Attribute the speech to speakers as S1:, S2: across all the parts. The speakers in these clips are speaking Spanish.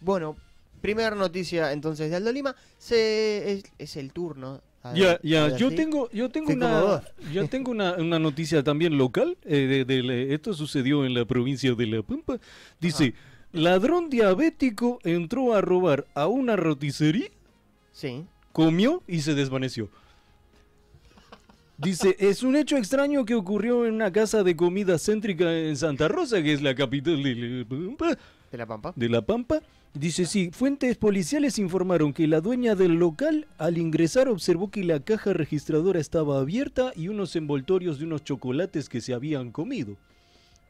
S1: Bueno, primera noticia entonces de Aldo Lima. Se, es, es el turno. a-
S2: Ya, ya,
S1: ahora
S2: yo
S1: Ah, sí.
S2: tengo, yo tengo
S1: Estoy como
S2: una,
S1: vos.
S2: yo tengo una, una noticia también local. eh, de- de la- esto sucedió en la provincia de La Pampa. Dice, ladrón diabético entró a robar a una roticería,
S1: Sí.
S2: comió y se desvaneció. Dice, es un hecho extraño que ocurrió en una casa de comida céntrica en Santa Rosa, que es la capital de La Pampa
S1: De la Pampa.
S2: de La Pampa. Dice, sí, fuentes policiales informaron que la dueña del local al ingresar observó que la caja registradora estaba abierta y unos envoltorios de unos chocolates que se habían comido.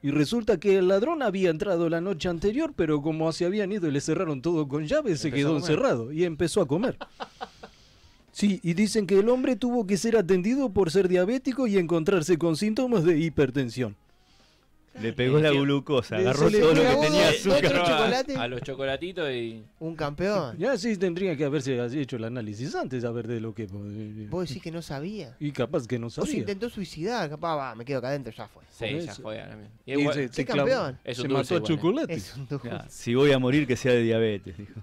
S2: Y resulta que el ladrón había entrado la noche anterior, pero como se habían ido y le cerraron todo con llave, se
S1: Empezó
S2: quedó
S1: a comer.
S2: encerrado y empezó a comer. Sí, y dicen que el hombre tuvo que ser atendido por ser diabético y encontrarse con síntomas de hipertensión.
S3: Le pegó la glucosa,
S2: Le-
S3: agarró
S2: se le
S3: todo lo
S2: pegó
S3: que
S1: un-
S3: tenía
S1: otro
S3: azúcar.
S1: chocolate.
S4: a, los chocolatitos y.
S1: Un campeón.
S2: Ya sí tendría que haberse hecho el análisis antes, a ver de lo que... eh,
S1: Vos decís que no sabía.
S2: Y capaz que no
S1: O se
S2: sabía.
S1: intentó suicidar, capaz, va, me quedo acá adentro, ya fue.
S4: Sí,
S2: Por
S4: ya
S2: eso.
S4: fue. a la mierda. Y
S2: Y
S4: igual-
S2: se- se
S1: ¡Qué
S2: clavó-
S1: campeón!
S4: Es un
S2: se mató
S4: dulce
S2: a
S4: igual, eh.
S2: chocolate.
S1: Es un dujo.
S3: Ya, si voy a morir, que sea de diabetes, dijo.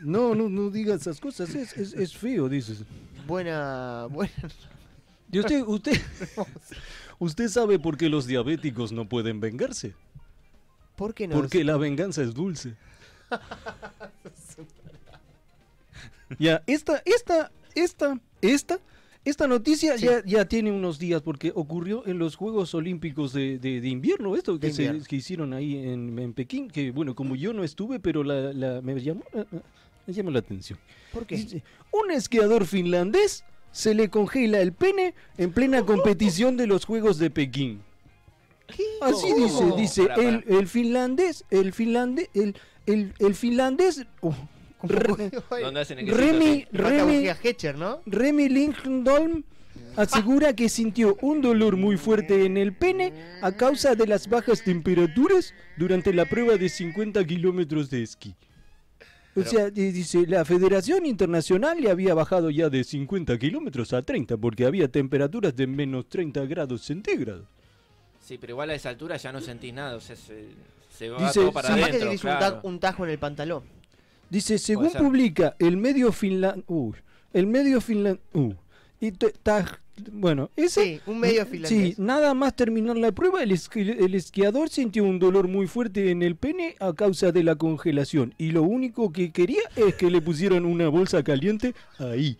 S2: No, no, no digas esas cosas. Es, es, es feo, dices.
S1: Buena, buena.
S2: Y usted, usted, usted sabe por qué los diabéticos no pueden vengarse.
S1: ¿Por qué no?
S2: Porque la venganza es dulce. ya, esta, esta, esta, esta, esta noticia ya, ya tiene unos días porque ocurrió en los Juegos Olímpicos de, de- de invierno, esto que,
S1: De
S2: se-
S1: invierno.
S2: que hicieron ahí en, en Pekín, que bueno, como yo no estuve, pero la, la- me, llamó, eh, me llamó la atención.
S1: ¿Por qué?
S2: Dice, Un esquiador finlandés se le congela el pene en plena competición de los Juegos de Pekín.
S1: ¿Qué?
S2: Así
S1: ¿Cómo?
S2: dice, dice
S4: Pará, pará.
S2: El, el finlandés, el finlandés, el, el, el finlandés, oh, Re-
S4: ¿Dónde hacen el quesito
S2: Remy,
S4: así?
S1: Le falta
S2: Remy,
S1: bujía a Hecher, ¿no?
S2: Remy Lindholm asegura que sintió un dolor muy fuerte en el pene a causa de las bajas temperaturas durante la prueba de 50 kilómetros de esquí. O sea, di- dice, la Federación Internacional le había bajado ya de 50 kilómetros a 30 porque había temperaturas de menos 30 grados centígrados.
S4: Sí, pero igual a esa altura ya no sentís nada. O sea, se, se va
S2: Dice,
S4: todo para
S1: Capaz que
S4: adentro.
S1: le hizo un,
S4: claro.
S1: ta- un tajo en el pantalón.
S2: Dice, según
S4: ser.
S2: publica el medio finlandés... el medio finlandés... y te- taj- bueno, ese...
S1: Sí, un medio
S2: Sí,
S1: finlandés.
S2: nada más terminar la prueba, el, esqui- el esquiador sintió un dolor muy fuerte en el pene a causa de la congelación y lo único que quería es que le pusieran una bolsa caliente ahí.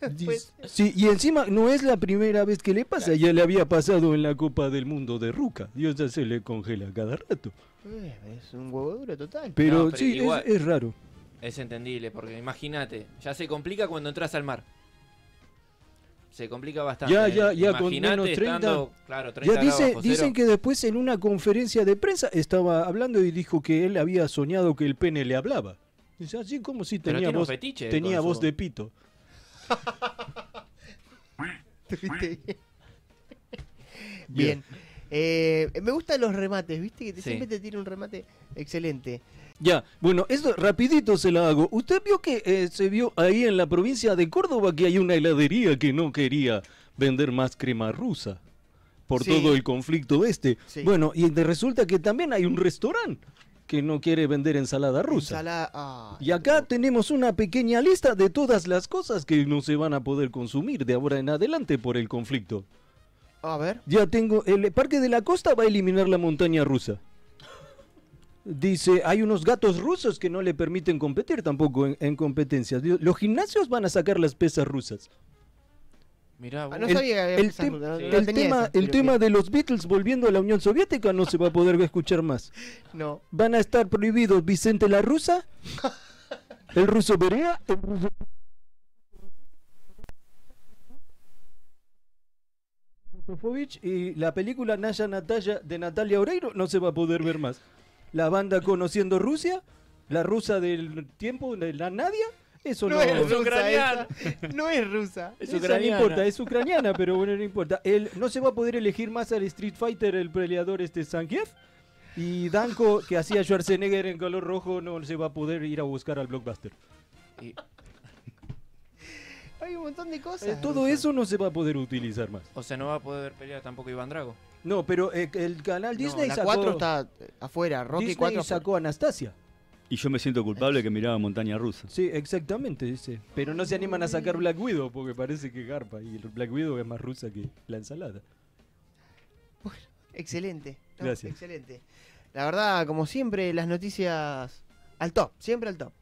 S1: Pues-
S2: Dis- sí, y encima no es la primera vez que le pasa, ya le había pasado en la Copa del Mundo de Ruca, Dios ya se le congela cada rato.
S1: Eh, Es un huevo duro total.
S2: Pero,
S4: pero
S2: sí, es-
S4: igual-
S2: es raro.
S4: Es entendible, porque imagínate, ya se complica cuando entras al mar. Se complica bastante.
S2: Ya, ya, ya, con
S4: Imaginate
S2: menos 30.
S4: estando, claro, 30
S2: Ya dice,
S4: grados bajo
S2: dicen
S4: cero.
S2: que después en una conferencia de prensa estaba hablando y dijo que él había soñado que el pene le hablaba. Dice, así como si
S4: Pero
S2: tenía
S4: tiene un
S2: voz,
S4: fetiche
S2: tenía
S4: con
S2: voz
S4: su-
S2: de pito.
S1: ¿Viste? Bien. Eh, me gustan los remates, ¿viste? Que te-
S4: Sí.
S1: siempre te tira un remate excelente.
S2: Ya, bueno, esto rapidito se la hago. Usted vio que eh, se vio ahí en la provincia de Córdoba que hay una heladería que no quería vender más crema rusa por
S1: Sí.
S2: todo el conflicto este.
S1: Sí.
S2: Bueno, y de- resulta que también hay un restaurante que no quiere vender ensalada rusa.
S1: Ensalada- ah,
S2: Y acá tenemos una pequeña lista de todas las cosas que no se van a poder consumir de ahora en adelante por el conflicto.
S1: oh, A ver.
S2: Ya tengo, el Parque de la Costa va a eliminar la montaña rusa. Dice, hay unos gatos rusos que no le permiten competir tampoco en, en competencias. Digo, Los gimnasios van a sacar las pesas rusas.
S4: Mirá, vos.
S1: Ah, no
S2: El-
S1: sabía que había
S2: el
S1: empezado,
S2: tem-
S1: no- no
S4: sí.
S1: la
S2: el
S1: tenía
S2: tema,
S1: esa,
S2: el
S1: pero
S2: tema de los Beatles volviendo a la Unión Soviética no se va a poder escuchar más.
S1: bien. No.
S2: Van a estar prohibidos Vicente la Rusa, el ruso Berea, el ruso... Sofovich y la película Naya Natalia de Natalia Oreiro no se va a poder ver más. La banda Conociendo Rusia, la rusa del tiempo, de la Nadia, eso no,
S1: No es rusa.
S4: ucraniana.
S1: esa. No es rusa.
S4: Es
S2: esa no
S4: ucraniana.
S2: importa, es ucraniana, pero bueno, no importa. El, no se va a poder elegir más al Street Fighter, el peleador este Zangief. Y Danko, que hacía Schwarzenegger en color rojo, no se va a poder ir a buscar al blockbuster.
S4: Y-
S1: Hay un montón de cosas.
S2: Eh, todo
S1: rusas.
S2: eso no se va a poder utilizar más.
S4: o sea, no va a poder ver pelear tampoco Iván Drago.
S2: No, pero eh, el canal
S1: No,
S2: Disney
S1: la
S2: sacó,
S1: 4 está eh, afuera. Rocky
S2: Disney
S1: 4 afuera.
S2: sacó Anastasia.
S3: Y yo me siento culpable que miraba montaña rusa.
S2: Sí, exactamente, dice. Pero no se animan a sacar Black Widow porque parece que garpa. Y el Black Widow es más rusa que la ensalada.
S1: Excelente. ¿no?
S2: Gracias.
S1: Excelente. La verdad, como siempre, las noticias al top, siempre al top.